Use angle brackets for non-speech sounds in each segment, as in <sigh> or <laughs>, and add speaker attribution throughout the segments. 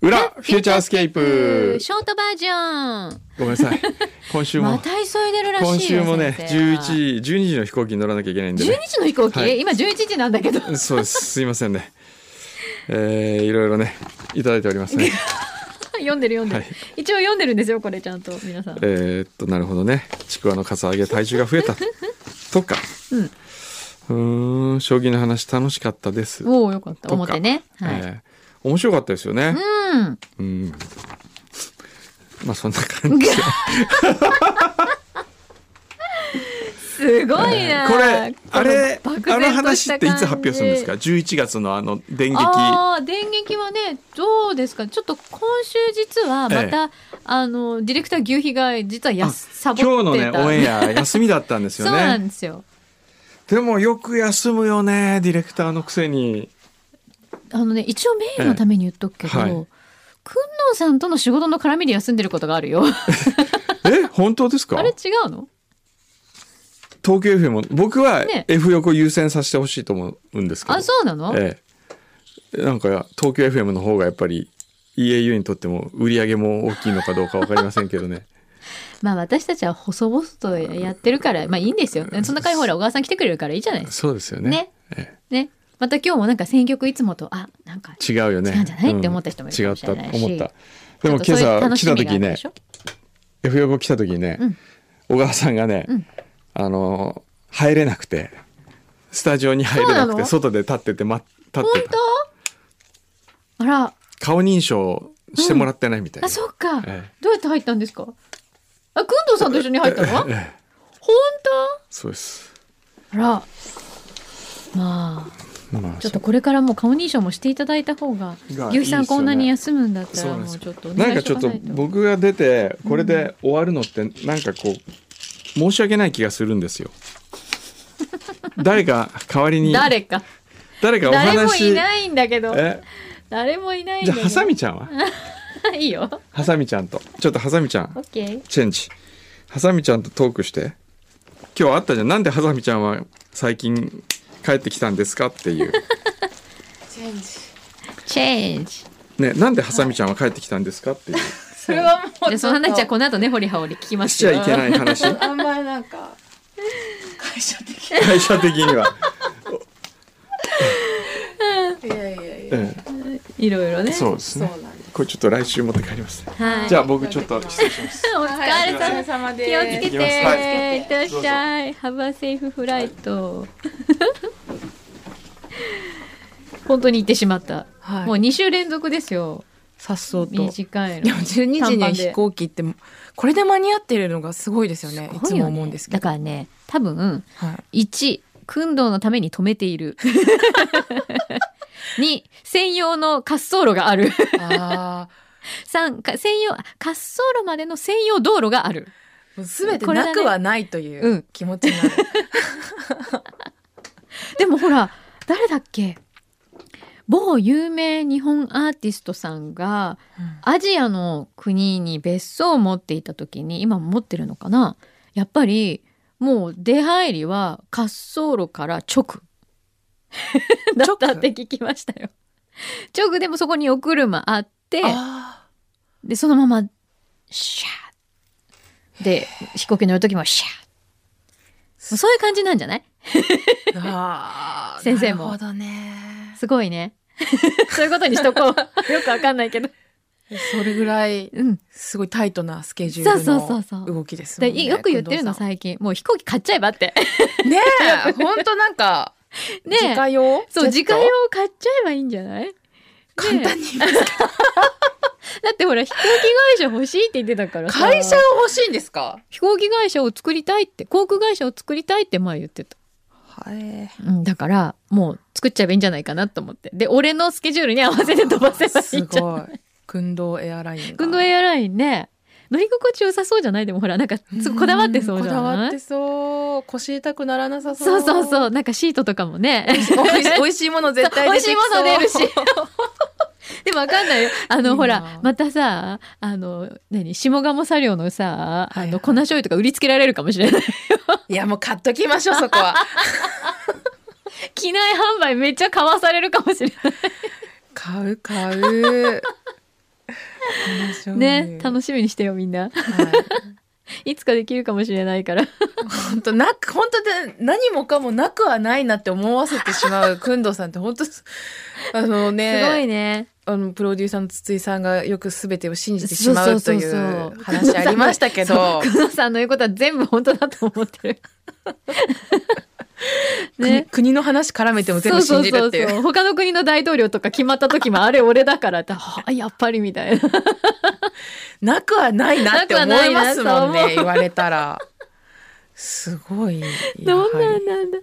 Speaker 1: フューチャースケープ
Speaker 2: ショートバージョン
Speaker 1: ごめんなさい今週
Speaker 2: ま
Speaker 1: も
Speaker 2: た急いでるらしいよ
Speaker 1: 今週もね
Speaker 2: 先生は
Speaker 1: 11時12時の飛行機に乗らなきゃいけないんで
Speaker 2: 12
Speaker 1: ね
Speaker 2: 時の飛行機、
Speaker 1: はい
Speaker 2: 今11時なん
Speaker 1: <laughs>
Speaker 2: だけど
Speaker 1: そうですすいませんねえー、いろいろねいただいておりますね
Speaker 2: 読んでる読んで
Speaker 1: は
Speaker 2: る、
Speaker 1: い
Speaker 2: 一応読んでるんですよこれちゃんと皆さん
Speaker 1: えーっとなるほどねちくわのかさ上げ体重が増えたとか
Speaker 2: うん
Speaker 1: うーん将棋の話楽しかったです、
Speaker 2: おおよかった
Speaker 1: とか
Speaker 2: 表ねはい、
Speaker 1: えー面白かったですよね
Speaker 2: うん
Speaker 1: うん、まあそんな感じで
Speaker 2: すごいね、
Speaker 1: これあれ
Speaker 2: この漠然とした
Speaker 1: あの話っていつ発表するんですか
Speaker 2: 感じ
Speaker 1: 11月のあの電撃
Speaker 2: ああ電撃はねどうですかちょっと今週実はまた、あのディレクター牛皮が実はやすサボってた
Speaker 1: 今日のねオンエア休みだったんです
Speaker 2: そう
Speaker 1: よ
Speaker 2: な
Speaker 1: ね
Speaker 2: んですよ
Speaker 1: でもよく休むよねディレクターのくせ
Speaker 2: <laughs>
Speaker 1: に
Speaker 2: あのね一応メールのために言っとくけど、
Speaker 1: ええは
Speaker 2: く
Speaker 1: い
Speaker 2: んのうさんとの仕事の絡みで休んでることがあるよ
Speaker 1: え本当ですか
Speaker 2: あれ違うの
Speaker 1: 東京 FM も僕は
Speaker 2: ね
Speaker 1: F 横優先させてほしいと思うんですけど、
Speaker 2: あそうなの、
Speaker 1: ええなんか東京 FM の方がやっぱり EAU にとっても売り上げも大きいのかどうかわかりませんけどね
Speaker 2: まあ私たちは細々とやってるからまあいいんですよそんな回ほら小川さん来てくれるからいいじゃないです
Speaker 1: <laughs> そうですよ
Speaker 2: か
Speaker 1: ね
Speaker 2: ね
Speaker 1: え
Speaker 2: ねまた今日もなんか選曲いつもとあなんか
Speaker 1: 違うよね
Speaker 2: 違うんじゃないって思った人もいるか
Speaker 1: 違
Speaker 2: も
Speaker 1: っ
Speaker 2: したれないし
Speaker 1: 思ったでも
Speaker 2: ちょ
Speaker 1: 今
Speaker 2: っとそう
Speaker 1: 朝来
Speaker 2: いう楽しみ
Speaker 1: た時
Speaker 2: があるで
Speaker 1: ね
Speaker 2: しょ
Speaker 1: F 横来た時にね、
Speaker 2: うん
Speaker 1: 小川さんがね、
Speaker 2: うん
Speaker 1: あの入れなくてスタジオに入れな
Speaker 2: そう
Speaker 1: く
Speaker 2: なの
Speaker 1: て外で立ってて、ま、立っ
Speaker 2: 本
Speaker 1: てた
Speaker 2: 当あら
Speaker 1: 顔認証してもらってないみたいな、
Speaker 2: あそっか、
Speaker 1: ええ
Speaker 2: どうやって入ったんですかあくんどうさんと一緒に入ったの本
Speaker 1: ええ
Speaker 2: 当
Speaker 1: そうです
Speaker 2: あらまあ
Speaker 1: まあ
Speaker 2: ちょっとこれからもう顔認証もしていただいた方が
Speaker 1: が
Speaker 2: 牛肥さ
Speaker 1: いい
Speaker 2: ん
Speaker 1: っすよね
Speaker 2: こんなに休むんだった
Speaker 1: そう
Speaker 2: ら
Speaker 1: なんで
Speaker 2: もう
Speaker 1: す
Speaker 2: ちょっとお
Speaker 1: な
Speaker 2: 願
Speaker 1: ん
Speaker 2: い
Speaker 1: か
Speaker 2: し
Speaker 1: ち
Speaker 2: と
Speaker 1: ょっ
Speaker 2: か
Speaker 1: と
Speaker 2: ないと
Speaker 1: 僕が出てこれで終わるのってなんかこう申し訳ない気がするん
Speaker 2: <laughs>
Speaker 1: ですよ誰か代わりに
Speaker 2: 誰か
Speaker 1: 誰かお
Speaker 2: 誰もい
Speaker 1: 話
Speaker 2: ないんだけど
Speaker 1: え
Speaker 2: 誰もいないん
Speaker 1: じゃ
Speaker 2: だ
Speaker 1: あ
Speaker 2: けど
Speaker 1: ハサミちゃんは
Speaker 2: いいよ
Speaker 1: ハサミちゃんとちょっとハサミちゃん
Speaker 2: オッケー
Speaker 1: チェンジハサミちゃんとトークして今日あったじゃんなんでハサミちゃんは最近帰ってきたんですかっていう
Speaker 3: チェンジ
Speaker 2: チェンジ
Speaker 1: ねなんでハサミちゃんは帰ってきたんですかっていう
Speaker 3: それはもう
Speaker 2: でその話はこの後ね堀羽織聞きま
Speaker 1: し
Speaker 2: す
Speaker 1: ち
Speaker 2: よ
Speaker 1: ゃいけない話
Speaker 3: あんまりなんか会社的
Speaker 1: 会社的には、
Speaker 3: いやいやいや
Speaker 1: ええ
Speaker 2: いろいろね
Speaker 1: そうです
Speaker 3: そう
Speaker 1: ね
Speaker 3: なんです
Speaker 1: これちょっと来週持って帰りますね
Speaker 2: はい
Speaker 1: じゃあ僕ちょっと失礼します
Speaker 2: お
Speaker 3: はい
Speaker 2: 疲
Speaker 3: お
Speaker 2: れ
Speaker 3: 疲
Speaker 2: 様
Speaker 3: れ様です
Speaker 2: 気をつけて、
Speaker 1: 行きますはい
Speaker 2: いってらっしゃいハバセーフフライト、 <laughs> 本当に行ってしまった、
Speaker 3: はい
Speaker 2: もう2週連続ですよ
Speaker 3: さっそうとで
Speaker 2: 短いの
Speaker 3: も12時
Speaker 2: 短
Speaker 3: に
Speaker 2: パ
Speaker 3: は
Speaker 2: ンで
Speaker 3: 飛行機ってこれで間に合ってるのがすごいですよねい
Speaker 2: す
Speaker 3: つ
Speaker 2: ごいよ
Speaker 3: も
Speaker 2: ね
Speaker 3: 思うんですけ
Speaker 2: だ
Speaker 3: ど
Speaker 2: からね多分
Speaker 3: はい
Speaker 2: 1訓導のために止めている <laughs> 2専用の滑走路がある <laughs>
Speaker 3: あ
Speaker 2: 3か専用あ滑走路までの専用道路がある
Speaker 3: あすべて
Speaker 2: これだね
Speaker 3: なくはないとい
Speaker 2: うん
Speaker 3: う気持ちになる
Speaker 2: でもほら誰だっけ某有名日本アーティストさんがアジアの国に別荘を持っていた時に今も持ってるのかなやっぱりもう出入りは滑走路から直だったって聞きましたよ直でもそこにお車あって
Speaker 3: あ
Speaker 2: でそのままシャーで飛行機乗る時もシャーもうそういう感じなんじゃない
Speaker 3: ーあー
Speaker 2: 先生も
Speaker 3: なるほどね
Speaker 2: すごい <laughs> ねそういうことにしとこ <laughs> うよくわかんないけど
Speaker 3: それぐらい
Speaker 2: うん
Speaker 3: すごいタイトなスケジュール
Speaker 2: そうそうそうそ
Speaker 3: の
Speaker 2: う
Speaker 3: 動きですもん
Speaker 2: で
Speaker 3: ね
Speaker 2: よく言ってるの
Speaker 3: 工藤さ
Speaker 2: 最近もう飛行機買っちゃえば <laughs> って
Speaker 3: んねえ本当なんか
Speaker 2: <laughs> ねえ
Speaker 3: 自家用
Speaker 2: そう、自
Speaker 3: ジェッ
Speaker 2: 家
Speaker 3: ト
Speaker 2: 用を買っちゃえばいいんじゃない
Speaker 3: 簡単
Speaker 2: ね
Speaker 3: に言います
Speaker 2: え <laughs> だってほら、飛行機会社欲しいって言ってたからさ
Speaker 3: 会社が欲しいんですか
Speaker 2: 飛行機会社を作りたいって、航空会社を作りたいって前言ってた。
Speaker 3: はい
Speaker 2: うん、だから、もう作っちゃえばいいんじゃないかなと思って。で、俺のスケジュールに合わせて飛ばせばいいんじゃん。
Speaker 3: すごい軍道エアライン
Speaker 2: 軍道エアラインね、乗り心地良さそうじゃないでもほら、なんか、すごいこだわってそうじゃ
Speaker 3: こだわ
Speaker 2: な
Speaker 3: って
Speaker 2: い
Speaker 3: そう腰痛くならなさそ
Speaker 2: そううそうそうう、なんかシートとかもね。
Speaker 3: <laughs> 美味し美味しいもの絶対出てきそう
Speaker 2: そう美味しいもの出る <laughs> でもわかんないよ。あの、
Speaker 3: いいな
Speaker 2: ほら、またさ、あの、何、下鴨砂料のさ、
Speaker 3: はい
Speaker 2: あの、粉醤油とか売りつけられるかもし
Speaker 3: <laughs>
Speaker 2: れない。
Speaker 3: いやもう買っときましょうそこは
Speaker 2: 機内販 <laughs> 売めっちゃ買わされるかもしれない。
Speaker 3: 買う買う面白い
Speaker 2: ね楽しみにしてよみんな
Speaker 3: はい
Speaker 2: いつかできるかもしれないから
Speaker 3: 本当なく、本当で何もかもなくはないなって思わせてし
Speaker 2: <laughs>
Speaker 3: まう、くんどさんって本当す、あのね、
Speaker 2: すごいね
Speaker 3: あの、プロデューサーの筒井さんがよく全てを信じてし
Speaker 2: そう
Speaker 3: ま
Speaker 2: そ
Speaker 3: う
Speaker 2: う
Speaker 3: と
Speaker 2: そう
Speaker 3: い
Speaker 2: そう
Speaker 3: う話ありました
Speaker 2: <laughs>
Speaker 3: けど、
Speaker 2: 久野さんの言うことは全部本当だと思ってる
Speaker 3: 国国の話絡めても全部信じるっていう。
Speaker 2: そうそうそうそう他の国の大統領とか決まった時もあれ俺だからってはあやっぱりみたいな
Speaker 3: なくはないなって思いますもん
Speaker 2: なくはないなそう思
Speaker 3: ね、言われたら。すごい。やはり
Speaker 2: どんなんなんだ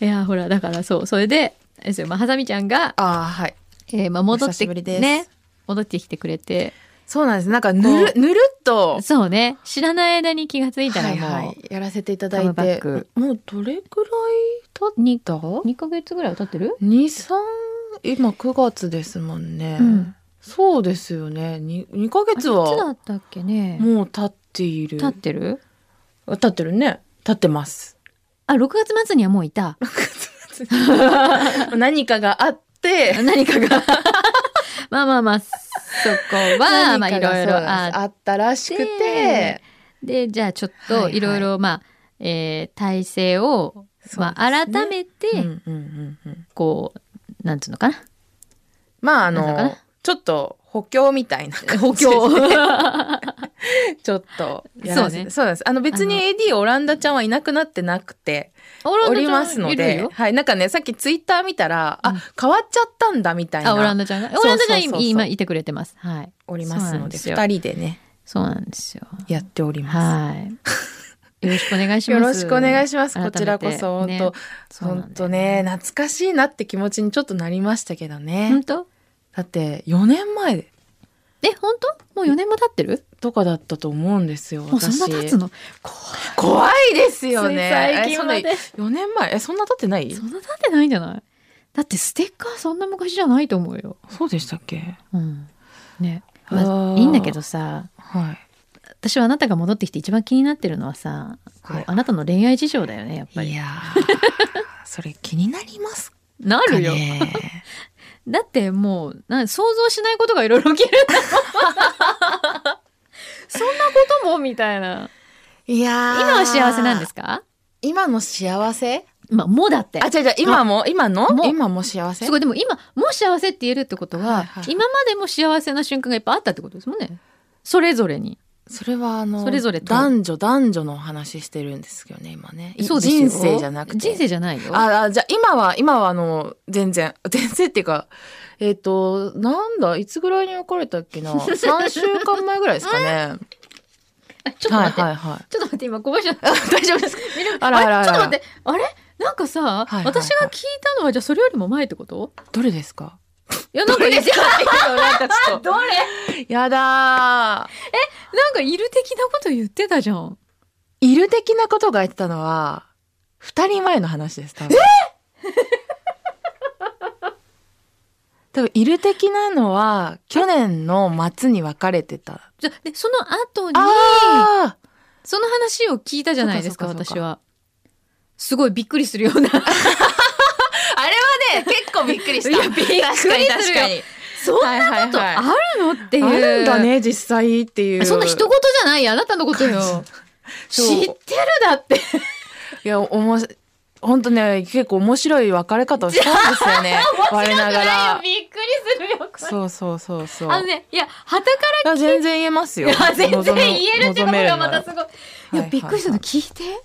Speaker 2: いやほらだからそうそれであれですよまあハサミちゃんが、
Speaker 3: ああ、はい。
Speaker 2: えーまあ、戻っ
Speaker 3: お久
Speaker 2: て
Speaker 3: しぶりです
Speaker 2: ね戻ってきてくれて
Speaker 3: そうなんです。なんか、ぬる、ぬるっと、
Speaker 2: そうね知らない間に気がついたらもう、
Speaker 3: はいはい、やらせていただ
Speaker 2: カ
Speaker 3: い
Speaker 2: ムバッ
Speaker 3: て
Speaker 2: ク
Speaker 3: もうどれくらい
Speaker 2: とに
Speaker 3: だ
Speaker 2: 2ヶ月ぐらいは経ってる
Speaker 3: 23今9月ですもんね、
Speaker 2: うん
Speaker 3: そうですよね 2, 2ヶ
Speaker 2: いつ
Speaker 3: 月
Speaker 2: だ
Speaker 3: は
Speaker 2: ったっけね
Speaker 3: もう経っている
Speaker 2: 経ってる
Speaker 3: 経ってるね経って
Speaker 2: <laughs>
Speaker 3: ます
Speaker 2: あ6月末にはもう
Speaker 3: <laughs>
Speaker 2: いた
Speaker 3: 何かがあって
Speaker 2: 何かがまあまあまあそこ
Speaker 3: <laughs>
Speaker 2: はまあ
Speaker 3: 何
Speaker 2: い
Speaker 3: かが
Speaker 2: ろいろ
Speaker 3: そうな
Speaker 2: あ
Speaker 3: ん
Speaker 2: っ
Speaker 3: ですあったらしくて
Speaker 2: でじゃあちょっ
Speaker 3: はい
Speaker 2: と
Speaker 3: はい
Speaker 2: いろいろまあ、えー体制を、ま
Speaker 3: そう
Speaker 2: あ、改
Speaker 3: ですね
Speaker 2: めて
Speaker 3: うんうんうんうん
Speaker 2: こう、なんつうのかな
Speaker 3: まああ
Speaker 2: なんだか
Speaker 3: の
Speaker 2: な
Speaker 3: ちょっと補強みたいな感じで
Speaker 2: 補強
Speaker 3: <laughs> ちょっとやらせ
Speaker 2: そうね
Speaker 3: そうなんですあの別に
Speaker 2: あ
Speaker 3: AD オランダちゃんはいなくなってなくておりますの
Speaker 2: いる
Speaker 3: で
Speaker 2: よ、
Speaker 3: はい、なんかね、さっきツイッター見たら、
Speaker 2: うん
Speaker 3: あ、変わっちゃったんだみたいな。
Speaker 2: あオランダちゃんが
Speaker 3: そう
Speaker 2: オ
Speaker 3: そ
Speaker 2: ラ
Speaker 3: う
Speaker 2: ン
Speaker 3: そ
Speaker 2: ダ
Speaker 3: う
Speaker 2: ち
Speaker 3: そ
Speaker 2: ゃ
Speaker 3: うん
Speaker 2: 今今いてくれてますはい
Speaker 3: おります
Speaker 2: そうな
Speaker 3: の
Speaker 2: ん
Speaker 3: で、
Speaker 2: ですよ
Speaker 3: 二人でね、
Speaker 2: そうなんですよ
Speaker 3: やっておりま <laughs>
Speaker 2: はいよろしくお願いし
Speaker 3: す。
Speaker 2: ま
Speaker 3: よ
Speaker 2: す
Speaker 3: ろしくお願い
Speaker 2: し
Speaker 3: します。
Speaker 2: 改
Speaker 3: こ
Speaker 2: めて
Speaker 3: ちらこそ、
Speaker 2: ね
Speaker 3: 本当本当ね、懐かしいなって気持ちにちょっとなりましたけどね
Speaker 2: 本。当
Speaker 3: だって、4年前
Speaker 2: え本当もう四年も経ってる
Speaker 3: とかだったと思うんですよ、
Speaker 2: もうそ
Speaker 3: 私。
Speaker 2: んな経つの怖
Speaker 3: 怖いですよ
Speaker 2: つい
Speaker 3: ね。
Speaker 2: 最近まで
Speaker 3: 4年前え、そんな経ってない
Speaker 2: いそんな経ってないんじゃないだってステッカーそんな昔じゃないと思うよ
Speaker 3: そうでしたっけ
Speaker 2: うんねま
Speaker 3: あ
Speaker 2: あ
Speaker 3: ー
Speaker 2: いいんだけどさ
Speaker 3: はい。
Speaker 2: 私はあなたが戻ってきて一番気になってるのはさ、こう
Speaker 3: はい
Speaker 2: あなたの恋愛事情だよねやっぱ
Speaker 3: い
Speaker 2: り。
Speaker 3: やー <laughs> それ気になります
Speaker 2: な
Speaker 3: か
Speaker 2: るよ。
Speaker 3: ね。
Speaker 2: だってもうな想像しないことがいろいろ起きる
Speaker 3: <laughs>
Speaker 2: んだもんそんなこともみたいな。
Speaker 3: <laughs> いやー
Speaker 2: 今は幸せなんですか
Speaker 3: 今の幸せ
Speaker 2: まあもうだって
Speaker 3: あ、。違う違う、今も、今の
Speaker 2: も
Speaker 3: 今も幸せ
Speaker 2: すごいでも今もう幸せって言えるってことは、
Speaker 3: はいはい
Speaker 2: 今までも幸せな瞬間がいっぱいあったってことですもんね。それぞれに。
Speaker 3: それはあの、
Speaker 2: それぞれと
Speaker 3: 男女、男女のお話してるんですよね、今ね。い
Speaker 2: そうですよ
Speaker 3: 人生じゃなくて。
Speaker 2: 人生じゃないよ。
Speaker 3: あ、あ、じゃあ今は、今はあの、全然、 <laughs> 全然っていうか、えっ、と、なんだ、いつぐらいに別れたっ
Speaker 2: <laughs>
Speaker 3: けな ?3 週間前ぐらいですかね。
Speaker 2: あ <laughs> ちょっと
Speaker 3: はい
Speaker 2: 待って。
Speaker 3: はいはい。
Speaker 2: ちょっと待って今こぼしちゃった。
Speaker 3: 大丈夫ですか
Speaker 2: ミルク
Speaker 3: あらあらあら
Speaker 2: れちょっと待ってあれなんかさ、
Speaker 3: いはいはい
Speaker 2: 私が聞いたのはじゃあそれよりも前ってこと
Speaker 3: どれですか
Speaker 2: いやなんかいや
Speaker 3: なんか <laughs> ちょっ
Speaker 2: <laughs> どれ
Speaker 3: と。やだー。
Speaker 2: なんかいる的なこと言ってたじゃん
Speaker 3: いる的なことが言ってたのは、二人前の話です、多分。え <laughs> 多分、いる的なのは、去年の末に別れてた。
Speaker 2: じゃでその後に
Speaker 3: ああ
Speaker 2: その話を聞いたじゃないですか
Speaker 3: そうかそうか
Speaker 2: 私はすごいびっくりするよ
Speaker 3: <laughs>
Speaker 2: うな
Speaker 3: あれはね、結構びっくり
Speaker 2: した確かに確かに。そんな
Speaker 3: な
Speaker 2: ことあるのっていう、
Speaker 3: あるんだね、実際っていう。
Speaker 2: そんな一言じゃないあなたのことよ知
Speaker 3: <laughs> そう
Speaker 2: ってるだって
Speaker 3: いや、おもし、ほんとね、結構面白い別れ方をしたんですよ
Speaker 2: <laughs>
Speaker 3: ね。我ながら。
Speaker 2: びっくりするよこれ
Speaker 3: そうそうそうそう。
Speaker 2: あのねいやはたから
Speaker 3: あ全然言えます
Speaker 2: い
Speaker 3: よ。
Speaker 2: や全然言えるって
Speaker 3: 望
Speaker 2: こと
Speaker 3: め望め
Speaker 2: がま
Speaker 3: るなら
Speaker 2: たすごいい
Speaker 3: は
Speaker 2: や
Speaker 3: い
Speaker 2: びっくりしたの聞いて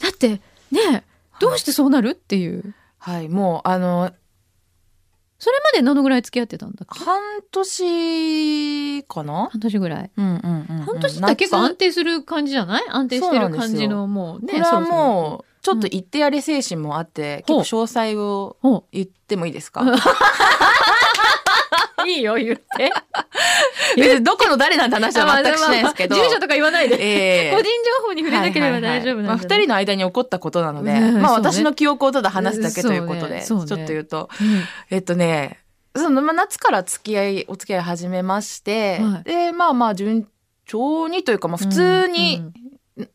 Speaker 2: だってねどうしてそうなるっていう
Speaker 3: はい、もう、あの、
Speaker 2: それまでどのぐらい付き合ってたんだっけ
Speaker 3: 半年かな
Speaker 2: 半年ぐらい
Speaker 3: うんうんうんうん。
Speaker 2: 半年って結構安
Speaker 3: 夏
Speaker 2: 定する感じじゃない安定して
Speaker 3: そうなん
Speaker 2: る
Speaker 3: ですよ
Speaker 2: 感じのもうね
Speaker 3: これは
Speaker 2: そろそろ
Speaker 3: もう、ちょっと言ってやれ精神もあって、
Speaker 2: うん
Speaker 3: 結構詳細を
Speaker 2: ほ
Speaker 3: 言ってもいいですか
Speaker 2: うんういいよ言って
Speaker 3: <laughs> 別にどこの誰なんて話は全くしないですけど。
Speaker 2: まあまあまあ住所とか言わないで
Speaker 3: <laughs> ええ
Speaker 2: 個人情報に触れなければ大丈
Speaker 3: はいはいは
Speaker 2: 夫
Speaker 3: いま
Speaker 2: な
Speaker 3: あ、
Speaker 2: んじゃな
Speaker 3: 二
Speaker 2: い
Speaker 3: 人の間に起こったことなので、
Speaker 2: ね
Speaker 3: まあ
Speaker 2: そうね
Speaker 3: 私の記憶をただ話すだけということで、ち
Speaker 2: そう
Speaker 3: ょ
Speaker 2: ね
Speaker 3: っ
Speaker 2: そうね
Speaker 3: と言うと、
Speaker 2: うん
Speaker 3: えっとね、そのまあ夏から付き合い、お付き合い始めまして、
Speaker 2: はい
Speaker 3: で、まあまあ順調にというか、まあ普通に、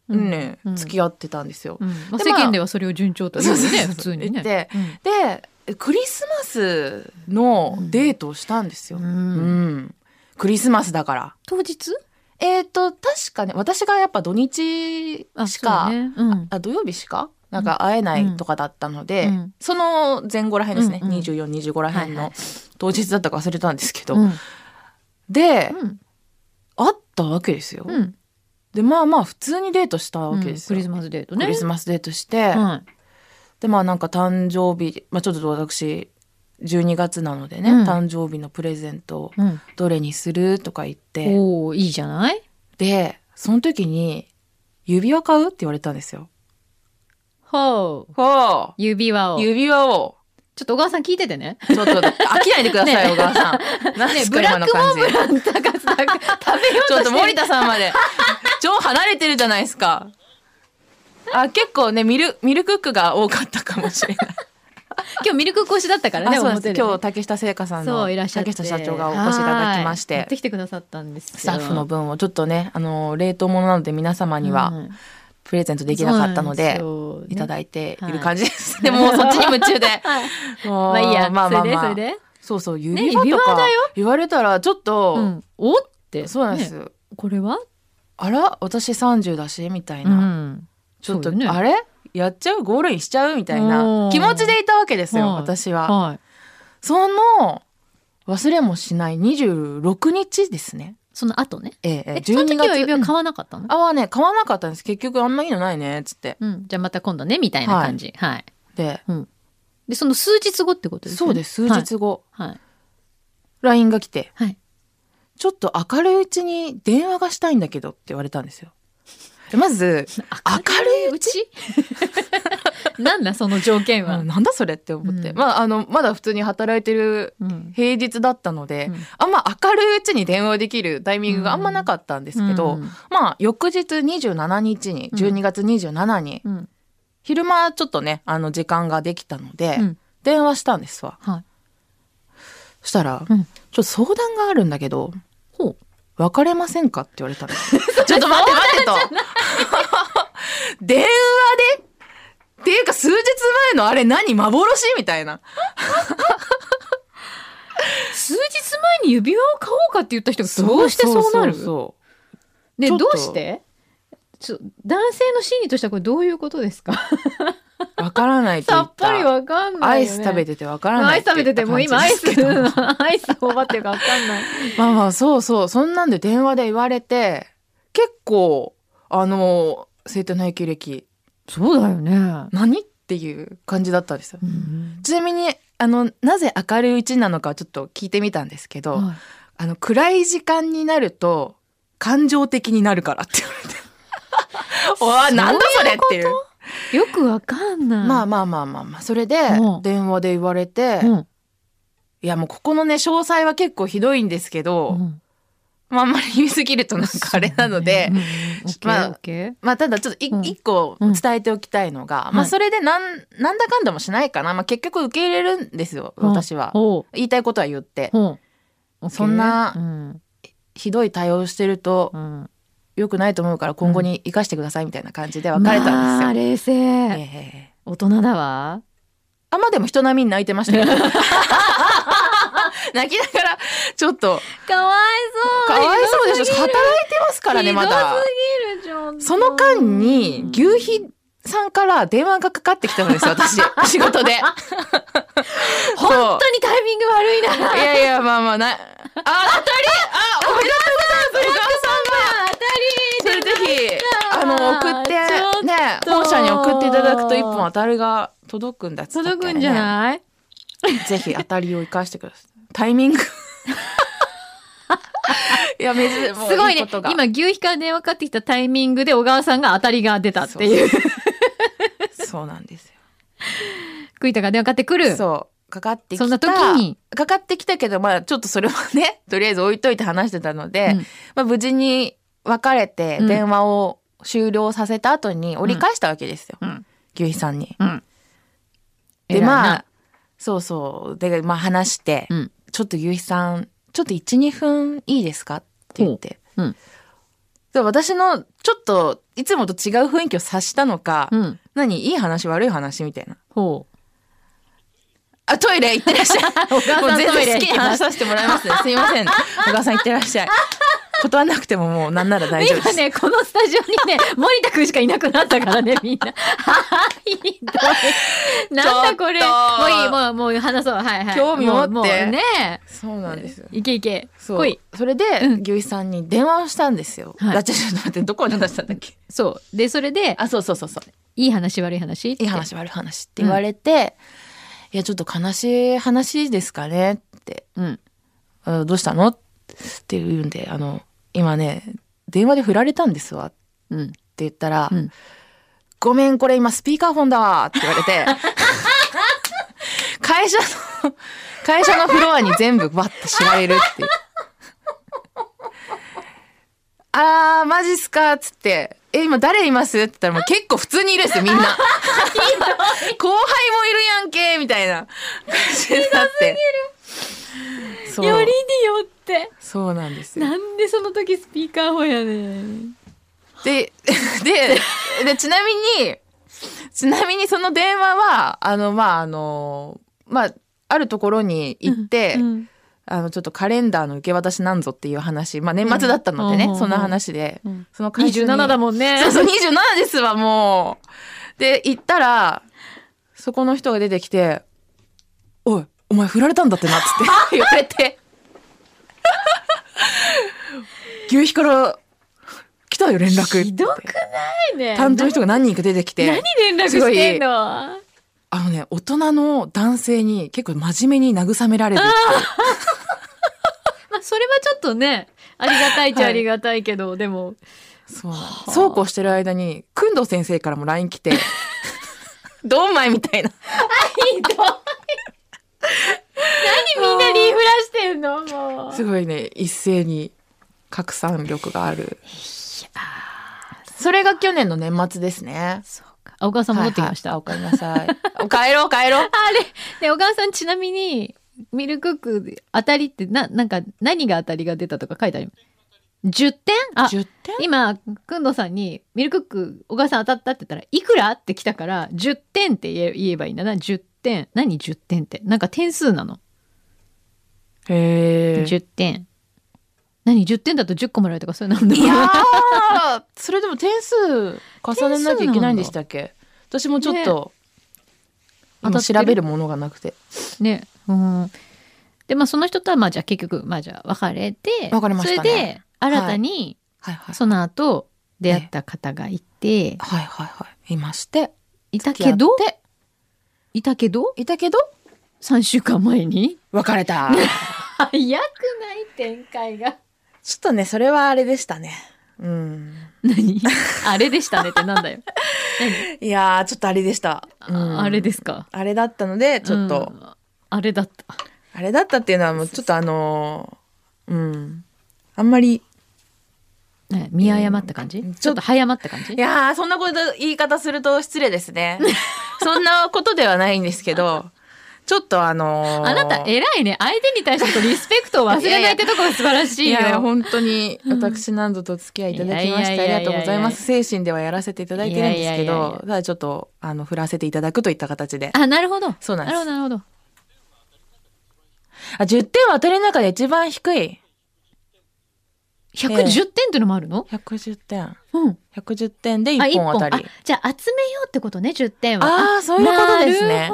Speaker 2: うん
Speaker 3: ね、
Speaker 2: うん
Speaker 3: 付き合ってたんですよ。
Speaker 2: うんまあ
Speaker 3: で
Speaker 2: 世
Speaker 3: まあ
Speaker 2: 間ではそれを順調というよ
Speaker 3: そうそう
Speaker 2: ね
Speaker 3: そう
Speaker 2: 普通にね
Speaker 3: で
Speaker 2: うん
Speaker 3: でクリスマスのデートをしたんですよ。
Speaker 2: う
Speaker 3: うん
Speaker 2: ん
Speaker 3: クリスマスだから。
Speaker 2: 当日
Speaker 3: えっ、と、確かね、私がやっぱ土日しか、
Speaker 2: そうだねうん、
Speaker 3: あ土曜日しかなんか会えないとかだったので、
Speaker 2: うん
Speaker 3: その前後らへんですね、
Speaker 2: うんうん
Speaker 3: 24、25らへん
Speaker 2: はいは
Speaker 3: の
Speaker 2: い
Speaker 3: 当日だったか忘れたんですけど、
Speaker 2: うん
Speaker 3: で、
Speaker 2: うん
Speaker 3: 会ったわけですよ。
Speaker 2: うん
Speaker 3: で、まあまあ普通にデートしたわけです
Speaker 2: ク
Speaker 3: よ。
Speaker 2: リスマスデート
Speaker 3: ク
Speaker 2: ね
Speaker 3: リスマスデートして、
Speaker 2: は
Speaker 3: でまあなんか誕生日、まあ、ちょっと私12月なのでね、
Speaker 2: うん
Speaker 3: 誕生日のプレゼントを
Speaker 2: い、うん、
Speaker 3: どれにするとか言って
Speaker 2: おおいいじゃない
Speaker 3: でその時に「指輪買う?」って言われたんですよ。
Speaker 2: ほう
Speaker 3: ほ
Speaker 2: 指輪をちょ
Speaker 3: 指輪を
Speaker 2: っと小川さん聞いててね
Speaker 3: ちょっと飽きないでください、
Speaker 2: ね
Speaker 3: 小川さん。何ですか、今の感じ。
Speaker 2: ラン高津高食べよ
Speaker 3: ちょっと森田さんまで。超離れてるじゃないですか。あ、結構ね、ミル、ミルクックが多かったかもしれない。
Speaker 2: 今日ミルク越しだったからね
Speaker 3: あそうなんです。
Speaker 2: 表でね
Speaker 3: 今日、竹下聖華さん
Speaker 2: そ
Speaker 3: の、
Speaker 2: ういらっしゃって
Speaker 3: 竹下社長がお越しいただきまし、
Speaker 2: はいやっててきてくださったんですよ
Speaker 3: スタッフの分をちょっとね、あの、冷凍ものなので皆様には
Speaker 2: うん
Speaker 3: プレゼントできなかったので、
Speaker 2: そうなんですよね
Speaker 3: いただいてい
Speaker 2: は
Speaker 3: る
Speaker 2: い
Speaker 3: 感じです。でも、そっちに夢中で。
Speaker 2: はい
Speaker 3: もう
Speaker 2: <laughs> まあいいや
Speaker 3: まあまあまあ
Speaker 2: それで
Speaker 3: そうそう、
Speaker 2: ね
Speaker 3: 指輪と
Speaker 2: 指輪
Speaker 3: か
Speaker 2: だよ
Speaker 3: 言われたら、ちょっ
Speaker 2: それでう
Speaker 3: と、
Speaker 2: んおって
Speaker 3: そうなんです
Speaker 2: ね
Speaker 3: よ。
Speaker 2: これは
Speaker 3: あら私30だしみたいな、
Speaker 2: ん
Speaker 3: ちょっと、
Speaker 2: そうよね
Speaker 3: あれやっちゃうゴールインしちゃうみたい
Speaker 2: お
Speaker 3: な
Speaker 2: ー
Speaker 3: 気持ちでいたわけですよ、
Speaker 2: はい
Speaker 3: 私は、
Speaker 2: はい
Speaker 3: その忘れもしない26日ですね
Speaker 2: その後ね
Speaker 3: ええええ
Speaker 2: えその時は指輪買
Speaker 3: わ
Speaker 2: わなかったの
Speaker 3: あはね買わなかったんです結局あんまいいのないねっつって
Speaker 2: うんじゃあまた今度ねみたいな感じはい
Speaker 3: で
Speaker 2: でその数日後ってことです
Speaker 3: そ
Speaker 2: よ
Speaker 3: う
Speaker 2: ね
Speaker 3: です数日後、
Speaker 2: はい
Speaker 3: LINE が来て
Speaker 2: はい
Speaker 3: ちょっと明るいうちに電話がしたいんだけどって言われたんですよでまず明るいう
Speaker 2: ち <laughs> なんだその条件は
Speaker 3: うんなんだそれって思って、
Speaker 2: うん
Speaker 3: まああのまだ普通に働いてる
Speaker 2: うん
Speaker 3: 平日だったので、
Speaker 2: うん
Speaker 3: あんま明るいうちに電話できるタイミングがあんまなかったんですけど、
Speaker 2: うん
Speaker 3: まあ翌日27日に
Speaker 2: うん
Speaker 3: 12月27に、
Speaker 2: うん
Speaker 3: 昼間ちょっとねあの時間ができたので、
Speaker 2: うん
Speaker 3: 電話したんですわ
Speaker 2: はい
Speaker 3: そしたら、
Speaker 2: う
Speaker 3: ちょ
Speaker 2: ん
Speaker 3: っと相談があるんだけど
Speaker 2: ほう
Speaker 3: 別れませんか?」って言われたのちょっと待って待ってと電話でっていうか数日前のあれ何幻みたいな
Speaker 2: 数日前に指輪を買おうかって言った人がどうしてそうなる
Speaker 3: そうそう
Speaker 2: ね
Speaker 3: ちょっと
Speaker 2: どうしてちょ男性の心理としてはこれどういうことですか
Speaker 3: そうわからないと
Speaker 2: <laughs> さ
Speaker 3: 言っ
Speaker 2: ったぱりわかん
Speaker 3: ア
Speaker 2: ない
Speaker 3: イ
Speaker 2: よ、
Speaker 3: ス
Speaker 2: ね、
Speaker 3: 食べ
Speaker 2: て
Speaker 3: ててわからない
Speaker 2: アイス食べててもう今アイス
Speaker 3: ま
Speaker 2: アイス頬張ってるかわかんない
Speaker 3: あまあそうそうそんなんで電話で言われて結構あの生徒内経歴
Speaker 2: そうだよね、
Speaker 3: 何っていう感じだったんですよちなみにあのなぜ明るいうちなのかちょっと聞いてみたんですけど、
Speaker 2: はい
Speaker 3: あの暗い時間になると感情的になるからって言わ
Speaker 2: <laughs>
Speaker 3: れておいなんだそれっていう
Speaker 2: よくわかんない
Speaker 3: まあまあまあまあまあそれで
Speaker 2: うん
Speaker 3: 電話で言われて、
Speaker 2: うん
Speaker 3: いやもうここのね詳細は結構ひどいんですけど、
Speaker 2: うん
Speaker 3: まあ、あんまり言いすぎるとなんかあれなので、
Speaker 2: うんうん
Speaker 3: まあ
Speaker 2: OK OK
Speaker 3: まあ、ただちょっとい
Speaker 2: うん
Speaker 3: 一、個伝えておきたいのが、
Speaker 2: うん
Speaker 3: ま
Speaker 2: は
Speaker 3: あ、
Speaker 2: い
Speaker 3: それでなん、なんだかんだもしないかな。まあ、結局受け入れるんですよ、
Speaker 2: うん
Speaker 3: 私は。
Speaker 2: ほう
Speaker 3: 言いたいことは言って。
Speaker 2: ほう OK
Speaker 3: そんな
Speaker 2: うん
Speaker 3: ひどい対応してると
Speaker 2: うん
Speaker 3: 良くないと思うから今後に生かしてくださいみたいな感じで別れ
Speaker 2: ま
Speaker 3: た
Speaker 2: あ
Speaker 3: んですよ。
Speaker 2: 冷
Speaker 3: え
Speaker 2: 静。
Speaker 3: え
Speaker 2: 大人だわ。
Speaker 3: あ、まあ、でも人並みに <laughs> 泣いてましたよ。泣きながら、ちょっと、
Speaker 2: かわい
Speaker 3: かわいそうでしょ。働いてますからね、まだ。
Speaker 2: ひどすぎるちょっと
Speaker 3: その間に、牛皮さんから電話がかかってきたのです、 <laughs> 私。仕事で。
Speaker 2: 本当にタイミング悪いな。
Speaker 3: そういやいや、まあまあな。あ、当たりあ、おめでとうございます、お母さんが。当たりそれぜひ、あの、送って
Speaker 2: ちょっ、と
Speaker 3: ね、本社に送っていただくと一本当たりが届くんだっつったっけね
Speaker 2: 届くんじゃない
Speaker 3: ぜひ当たりを生かしてください。タイミング。 <laughs> いや、め <laughs> ず、もう
Speaker 2: すごい
Speaker 3: い
Speaker 2: ね。
Speaker 3: ことが
Speaker 2: 今、牛皮から電話かかってきたタイミングで小川さんが当たりが出たっていう。 <laughs>
Speaker 3: そうなんですよ。
Speaker 2: 栗田が電話かかってくる。
Speaker 3: そう。かかってきた。
Speaker 2: そんな時に。
Speaker 3: かかってきたけど、まあちょっとそれはね、 <laughs> とりあえず置いといて話してたので、
Speaker 2: うん
Speaker 3: まあ無事に別れて
Speaker 2: うん
Speaker 3: 電話を終了させた後に折り返したわけですよ。
Speaker 2: うん
Speaker 3: 牛肥さんに。
Speaker 2: うん。
Speaker 3: で、
Speaker 2: 偉いな
Speaker 3: まあ、そうそう。で、まあ話して、
Speaker 2: うん
Speaker 3: ちょっと牛肥さん、ちょっと1、2分いいですかって言って。
Speaker 2: ほううん
Speaker 3: で私のちょっといつもと違う雰囲気を察したのか、
Speaker 2: うん。
Speaker 3: 何いい話悪い話みたいな。
Speaker 2: ほう。
Speaker 3: あ、トイレ行ってらっし <laughs> ゃい。
Speaker 2: さん
Speaker 3: もう全
Speaker 2: トイレ
Speaker 3: 然好きに話させてもらいますね。すいません。小川さん行ってらっしゃい。断らなくてももうなんなら大丈夫で
Speaker 2: 今
Speaker 3: す。
Speaker 2: ね、このスタジオにね、森田くんしかいなくなったからね、みん
Speaker 3: <laughs>
Speaker 2: な。はい、ひどい。なんだこれ。
Speaker 3: ちょ
Speaker 2: も
Speaker 3: っと
Speaker 2: ういい、もう、もう話そう。はいはい。
Speaker 3: 興味持って
Speaker 2: もうもうね
Speaker 3: そうなんですよ。
Speaker 2: いけいけ。
Speaker 3: そ
Speaker 2: 来
Speaker 3: う
Speaker 2: い。。
Speaker 3: それで、
Speaker 2: うん
Speaker 3: 牛一さんに電話をしたんですよ。
Speaker 2: はい
Speaker 3: あちょちょっと待って、どこに話したんだっけ。
Speaker 2: そう。で、それで、
Speaker 3: あ、そうそうそうそう。
Speaker 2: いい話悪い話って
Speaker 3: いい話悪い話って言われて、いや、ちょっと悲しい話ですかねって、
Speaker 2: うん。
Speaker 3: あどうしたのって言うんで、あの、今ね、電話で振られたんですわって
Speaker 2: うん。
Speaker 3: 言ったら、
Speaker 2: うん
Speaker 3: ごめん、これ今スピーカーフォンだわって言われ
Speaker 2: <laughs>
Speaker 3: て、会社の、会社のフロアに全部バッて知られるっていう。あー、マジっすかっつって、え、今誰いますって言ったらもう結構普通にいるんですよ、みんな。後輩もいるやんけみたいな感じになって。そう
Speaker 2: よりによって。
Speaker 3: そうなんですよ。
Speaker 2: なんでその時スピーカーホンやねん。
Speaker 3: で、 <laughs> で、で、ちなみに、ちなみにその電話は、あの、まあ、あの、まあ、あるところに行って、
Speaker 2: うん
Speaker 3: あの、ちょっとカレンダーの受け渡しなんぞっていう話、まあ、年末だったのでね、
Speaker 2: うん
Speaker 3: そんな話で、
Speaker 2: うん
Speaker 3: その会社に
Speaker 2: 27だもんね。
Speaker 3: そうそう、27ですわ、もう。で、行ったら、そこの人が出てきて、おい、お前振られたんだってな、つって <laughs> 言われて。牛皮から来たよ、連絡。
Speaker 2: ひど
Speaker 3: っ
Speaker 2: く
Speaker 3: て
Speaker 2: ないね。
Speaker 3: 担当の人が何人か出てきて
Speaker 2: 何、連絡してんの
Speaker 3: あのね、大人の男性に結構真面目に慰められるっていう
Speaker 2: まあ、それはちょっとね、ありがたいっちゃ
Speaker 3: は
Speaker 2: あ
Speaker 3: い
Speaker 2: りがたいけど、でも、
Speaker 3: そうなんです
Speaker 2: はあ
Speaker 3: そうこうしてる間に、くんど先生からも LINE 来て、 <laughs> どんまいみたいな。
Speaker 2: ひどい。何みんなリーフラしてんのもう。
Speaker 3: すごいね、一斉に拡散力がある。それが去年の年末ですね。
Speaker 2: そうか。あ、お母さん戻ってきました。
Speaker 3: はいはいあおかえりなさい。帰ろう帰 <laughs> ろう。
Speaker 2: あれね、お母さんちなみに、ミルクック当たりって、な、なんか、何が当たりが出たとか書いてあります。10点あ、
Speaker 3: 10点
Speaker 2: 今、くんどさんに、ミルクック、お母さん当たったって言ったら、いくらって来たから、10点って言え言えばいいんだな。10点。何10点って。なんか点数なの。
Speaker 3: へ
Speaker 2: 10点。何10点だと10個もらえるとかそういうのなんだ
Speaker 3: いやー、それでも点数重ねなきゃいけないんでしたっけ私もちょっと、
Speaker 2: 当た
Speaker 3: 今
Speaker 2: って
Speaker 3: 調
Speaker 2: る
Speaker 3: べるものがなくて。
Speaker 2: ね。うん。で、まあその人とは、まあじゃあ結局、まあじゃあ別れて、
Speaker 3: 別れましたね
Speaker 2: それで、新たに、
Speaker 3: はいはい。
Speaker 2: その後、出会った方がいて、
Speaker 3: はいはいはい。いまして。
Speaker 2: いたけど
Speaker 3: 付き合っ、
Speaker 2: いたけど、
Speaker 3: ていたけど、
Speaker 2: 3週間前に
Speaker 3: 別れた。
Speaker 2: 早くない展開が。
Speaker 3: <laughs> ちょっとね、それはあれでしたね。うん。
Speaker 2: 何あれでしたねってなんだよ。
Speaker 3: いやー、ちょっとあれでした。 <laughs> うん
Speaker 2: ああれですか。
Speaker 3: あれだったので、ちょっと、
Speaker 2: うんあれだった。
Speaker 3: あれだったっていうのはもうちょっとあのーうん。あんまり、
Speaker 2: ね、見誤った感じ
Speaker 3: うん
Speaker 2: ちょっと早まった感じ
Speaker 3: いやー、そんなこと、言い方すると失礼ですね。 <laughs> そんなことではないんですけど、ちょっとあのー
Speaker 2: あなた偉いね。相手に対してのリスペクトを忘れないってとこが素晴らしい
Speaker 3: い
Speaker 2: よ。
Speaker 3: やいや、本当に私何度とお付き合いいただきましてあ
Speaker 2: いやいやいやい
Speaker 3: り
Speaker 2: や
Speaker 3: がとうございます。精神ではやらせていただいてるんですけ
Speaker 2: いやいやいやい
Speaker 3: ど
Speaker 2: や、
Speaker 3: ただちょっと、あの、振らせていただくといった形で。
Speaker 2: あ、なるほど。
Speaker 3: そうなんです
Speaker 2: なるほど、なるほど。
Speaker 3: あ、10点は当たりの中で一番低い。
Speaker 2: 110
Speaker 3: ええ
Speaker 2: 点っていうのもあるの、
Speaker 3: 110点。
Speaker 2: うん。
Speaker 3: 110点で
Speaker 2: あ、
Speaker 3: 1
Speaker 2: 一
Speaker 3: 本当た
Speaker 2: あ
Speaker 3: り。、
Speaker 2: じゃあ集めようってことね、10点は。あ、
Speaker 3: ああー、そういうことです
Speaker 2: な
Speaker 3: ね
Speaker 2: る。ほ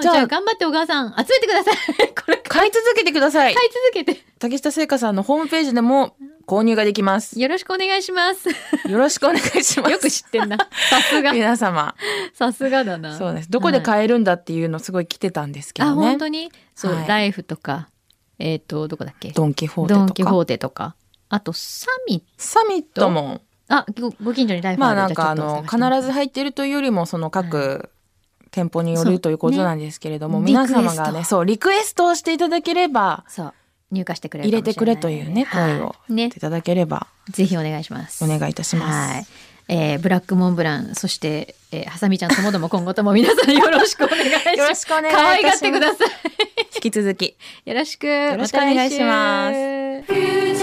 Speaker 2: ど。
Speaker 3: じ
Speaker 2: じ
Speaker 3: ゃ
Speaker 2: ゃ
Speaker 3: あ
Speaker 2: あ頑張って小川さん、集めてください。 <laughs> これ、
Speaker 3: 買い続けてください。
Speaker 2: 買い続け
Speaker 3: <laughs>
Speaker 2: て。
Speaker 3: 竹下製菓さんのホームページでも購入ができます。
Speaker 2: よろしくお願いします。よ
Speaker 3: よろしくお願いします。
Speaker 2: く知ってんな。 <laughs> さすが。
Speaker 3: <laughs> 皆様。
Speaker 2: さすがだな。
Speaker 3: そうです。どこで
Speaker 2: はい
Speaker 3: 買えるんだっていうのすごい来てたんですけ
Speaker 2: あ、
Speaker 3: どね
Speaker 2: 本。当にそう、
Speaker 3: はい
Speaker 2: ライフとか、えっ、と、どこだっけ
Speaker 3: ドンキホ
Speaker 2: ド
Speaker 3: ー
Speaker 2: ン
Speaker 3: テ
Speaker 2: キ
Speaker 3: とか
Speaker 2: ホ。ーテとか。あと、サミット。
Speaker 3: サミットも、
Speaker 2: あ、ごご近所にライフ
Speaker 3: まあ
Speaker 2: る
Speaker 3: なん
Speaker 2: で
Speaker 3: かあ
Speaker 2: ちょっと
Speaker 3: の、
Speaker 2: 探してみて
Speaker 3: 必ず入ってるというよりも、その各店舗によ
Speaker 2: そ
Speaker 3: る
Speaker 2: う
Speaker 3: ということなんですけれども、
Speaker 2: ね
Speaker 3: 皆様が
Speaker 2: リクエ
Speaker 3: ね、
Speaker 2: スト
Speaker 3: そう、リクエストをしていただければ、
Speaker 2: そう入荷してくれる
Speaker 3: 入れてくれというね、
Speaker 2: かもし
Speaker 3: 声
Speaker 2: な
Speaker 3: を
Speaker 2: いね
Speaker 3: い
Speaker 2: ね
Speaker 3: ただければ、
Speaker 2: ぜひお願いします
Speaker 3: お願いいたします。
Speaker 2: はいえーブラックモンブランそしてえーハサミちゃんともども今後とも皆さんよろしくお願いします
Speaker 3: よろしくお願いいたします
Speaker 2: 可愛がってくださ
Speaker 3: 引き続き。
Speaker 2: いよろしく
Speaker 3: ろしくお願いします
Speaker 2: た来週